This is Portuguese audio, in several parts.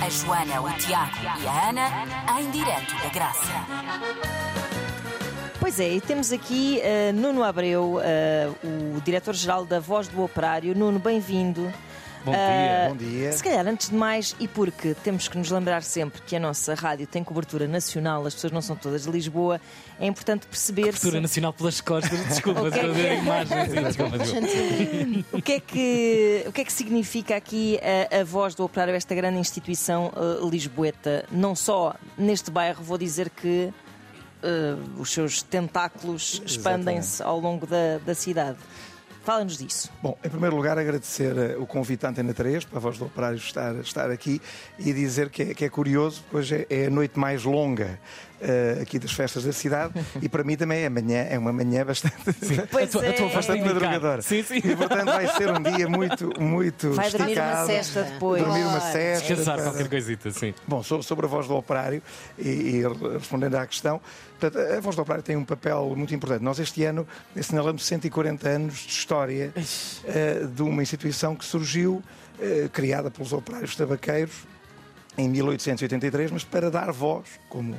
A Joana, o Tiago e a Ana em direto da Graça. Pois é, e temos aqui eh, Nuno Abreu, eh, o diretor-geral da Voz do Operário. Nuno, bem-vindo. Bom dia, Ah, bom dia. Se calhar, antes de mais, e porque temos que nos lembrar sempre que a nossa rádio tem cobertura nacional, as pessoas não são todas de Lisboa, é importante perceber se- Cultura nacional pelas costas, desculpa, Ok. estou a ver a imagem. Sim, desculpa, desculpa. o, que é que, o que é que significa aqui eh, a, a Voz do Operário, esta grande instituição eh, lisboeta. Não só neste bairro, vou dizer que eh, os seus tentáculos expandem-se ao longo da, da cidade. Fala-nos disso. Bom, em primeiro lugar, agradecer eh, o convite à Antena 3 para a voz do operário estar, estar aqui e dizer que é, que é curioso, porque hoje é, é a noite mais longa eh, aqui das festas da cidade e para mim também é amanhã, é uma manhã bastante. Pois tua- é. tua voz Bastante tem que indicar. madrugadora. Sim, É sim. E portanto vai ser um dia muito, muito Vai dormir esticado. uma cesta depois. Dormir uma Claro. cesta. Descansar para- qualquer coisita, sim. Bom, sobre, sobre a voz do operário e, e respondendo à questão, portanto, a voz do operário tem um papel muito importante. Nós este ano assinalamos 140 anos de história eh, de uma instituição que surgiu, eh, criada pelos operários tabaqueiros, em 1883, mas para dar voz, como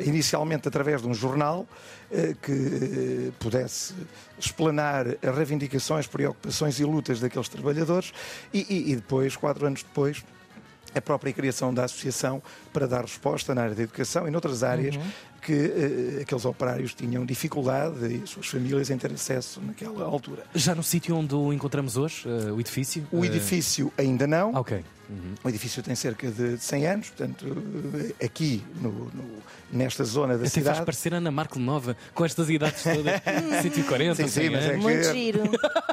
inicialmente através de um jornal eh, que eh, pudesse explanar as reivindicações, preocupações e lutas daqueles trabalhadores, e, e- e depois, quatro anos depois, a própria criação da associação para dar resposta na área da educação e noutras áreas que eh, aqueles operários tinham dificuldade e as suas famílias em ter acesso naquela altura. Já no sítio onde o encontramos hoje, eh, o edifício? O eh, edifício ainda não, ah, ok. o edifício tem cerca de 100 anos, portanto, eh, aqui, no, no- nesta zona da Até faz cidade. parecer Ana Marco Nova, com estas idades todas. 140, Sim, sim, 100 mas é anos. que- Muito giro.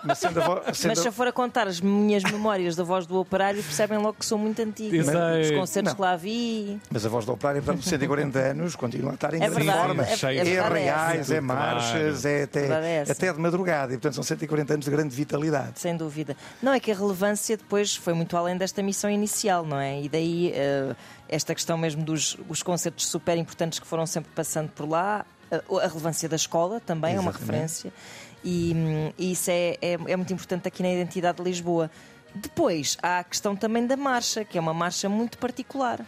Mas sendo a vo- sendo Mas se a- eu for a contar as minhas memórias da voz do operário, percebem logo que sou muito antiga. Eu sei. Os concertos Não. que lá vi. mas a voz da operária, portanto, 140 anos, continua a estar em É grande verdade, forma. é- é é verdade é reais, essa. é marchas, é Verdade é até, essa. até de madrugada. E, portanto, são 140 anos de grande vitalidade. Sem dúvida. Não é que a relevância depois foi muito além desta missão inicial, não é? E daí eh, esta questão mesmo dos os concertos super importantes que foram sempre passando por lá, eh, a relevância da escola também é uma Exatamente. referência, e, hum, e isso é, é, é muito importante aqui na identidade de Lisboa. Depois há a questão também da marcha, que é uma marcha muito particular.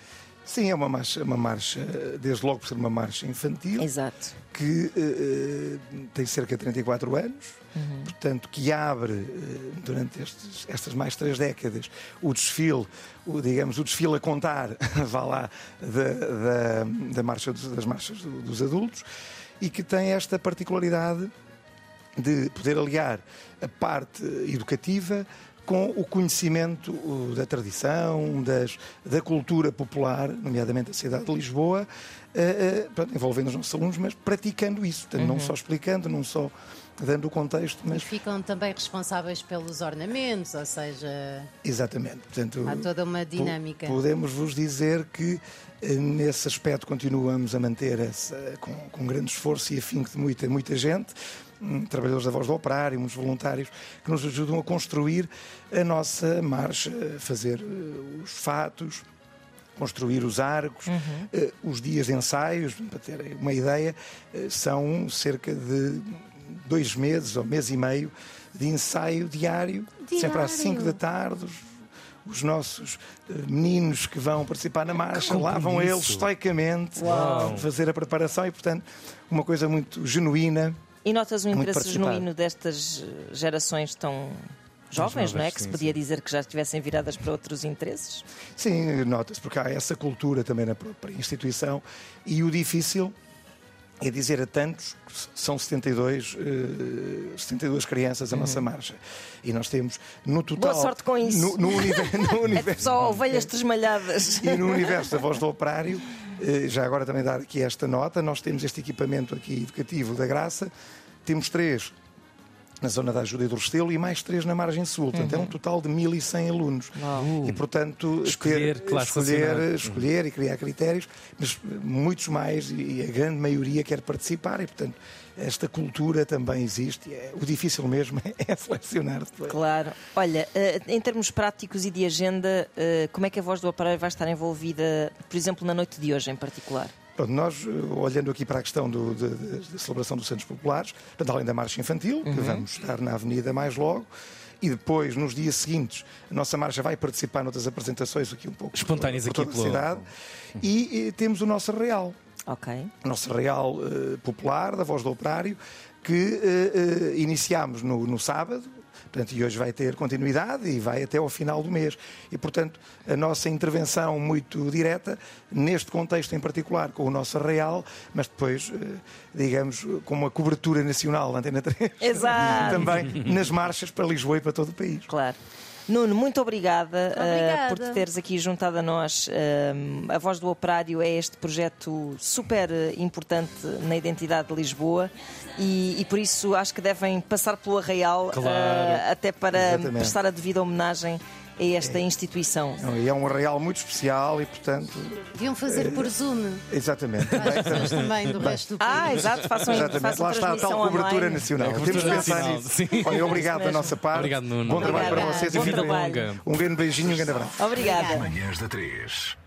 Sim, é uma marcha, uma marcha, desde logo por ser uma marcha infantil, Exato. que eh, eh, tem cerca de 34 anos, portanto, que abre eh, durante estes- estas mais três décadas o desfile, o, digamos, o desfile a contar, vá lá, da, da, da marcha dos- das marchas do- dos adultos, e que tem esta particularidade de poder aliar a parte educativa com o conhecimento o, da tradição, das, da cultura popular, nomeadamente da cidade de Lisboa, eh, eh, pronto, envolvendo os nossos alunos, mas praticando isso, portanto, Uhum. não só explicando, não só dando o contexto, E mas ficam também responsáveis pelos ornamentos, ou seja, exatamente. Portanto, há toda uma po- dinâmica. Podemos vos dizer que eh, nesse aspecto continuamos a manter essa, com, com grande esforço e afinco de muita, muita gente, hum, trabalhadores da Voz do Operário, muitos voluntários que nos ajudam a construir a nossa marcha, a fazer eh, os fatos. Construir os arcos, Uhum. eh, os dias de ensaios, para terem uma ideia, eh, são cerca de dois meses ou mês e meio de ensaio diário, sempre às 5 Diário. da tarde, os, os nossos eh, meninos que vão participar na marcha, lá vão eles compromisso. estoicamente fazer a preparação e, portanto, uma coisa muito genuína. E notas um Muito interesse participado. genuíno destas eh, gerações tão jovens, novas, não é? Que se sim, podia dizer que já estivessem viradas para outros interesses. Sim, nota-se, porque há essa cultura também na própria instituição e o difícil é dizer a tantos que s- são 72, eh, 72 crianças a nossa marcha. E nós temos no total. Uhum. sorte com isso. No, no univer- no universo. É Só ovelhas tresmalhadas. E no universo da voz do operário, eh, já agora também dar aqui esta nota, nós temos este equipamento aqui educativo da Graça, temos três na zona da ajuda e do Restelo e mais três na margem sul, portanto Uhum. é um total de 1.100 alunos. E portanto, eh, Escolher, classe Uhum. escolher, nacional. escolher e criar critérios, mas eh, muitos mais e e a grande maioria quer participar e portanto esta cultura também existe. E é- O difícil mesmo é selecionar depois. Claro. Olha, eh, em termos práticos e de agenda, eh, como é que a voz do aparelho vai estar envolvida, por exemplo, na noite de hoje em particular? Pronto, nós, eh, olhando aqui para a questão do- de- Uhum. de- da celebração dos Santos Populares, portanto, além da Marcha Infantil, que vamos estar na Avenida mais logo, e depois, nos dias seguintes, a nossa marcha vai participar noutras apresentações aqui um pouco Espontâneas por toda aqui a pelo- cidade. E, eh, temos o nosso real, Ok. o nosso real eh, popular, da Voz do Operário, que eh, eh, iniciámos no, no sábado. Portanto, e hoje vai ter continuidade e vai até ao final do mês. E, portanto, a nossa intervenção muito direta, neste contexto em particular, com o nosso real, mas depois, eh, digamos, com uma cobertura nacional da Antena 3. Exato. também nas marchas para Lisboa e para todo o país. Claro. Nuno, muito obrigada, Obrigada. eh, por te teres aqui juntado a nós. Eh, a Voz do Operário é este projeto super eh, importante na identidade de Lisboa e, e por isso acho que devem passar pelo Arraial Claro. eh, até para Exatamente. prestar a devida homenagem a esta instituição. Não, E é um real muito especial e, portanto, Deviam fazer por Zoom exatamente. para as pessoas também do resto do país. Ah, exato, façam, Exatamente, façam lá está a tal transmissão cobertura online. nacional. É, cobertura Temos que pensar nacional, nisso. sim. Olha, obrigado É isso da nossa parte. Obrigado, Nuno. Bom trabalho para Obrigada. vocês Bom e vida trabalho. longa. Um grande beijinho e um grande abraço. Obrigada. Manhãs da 3.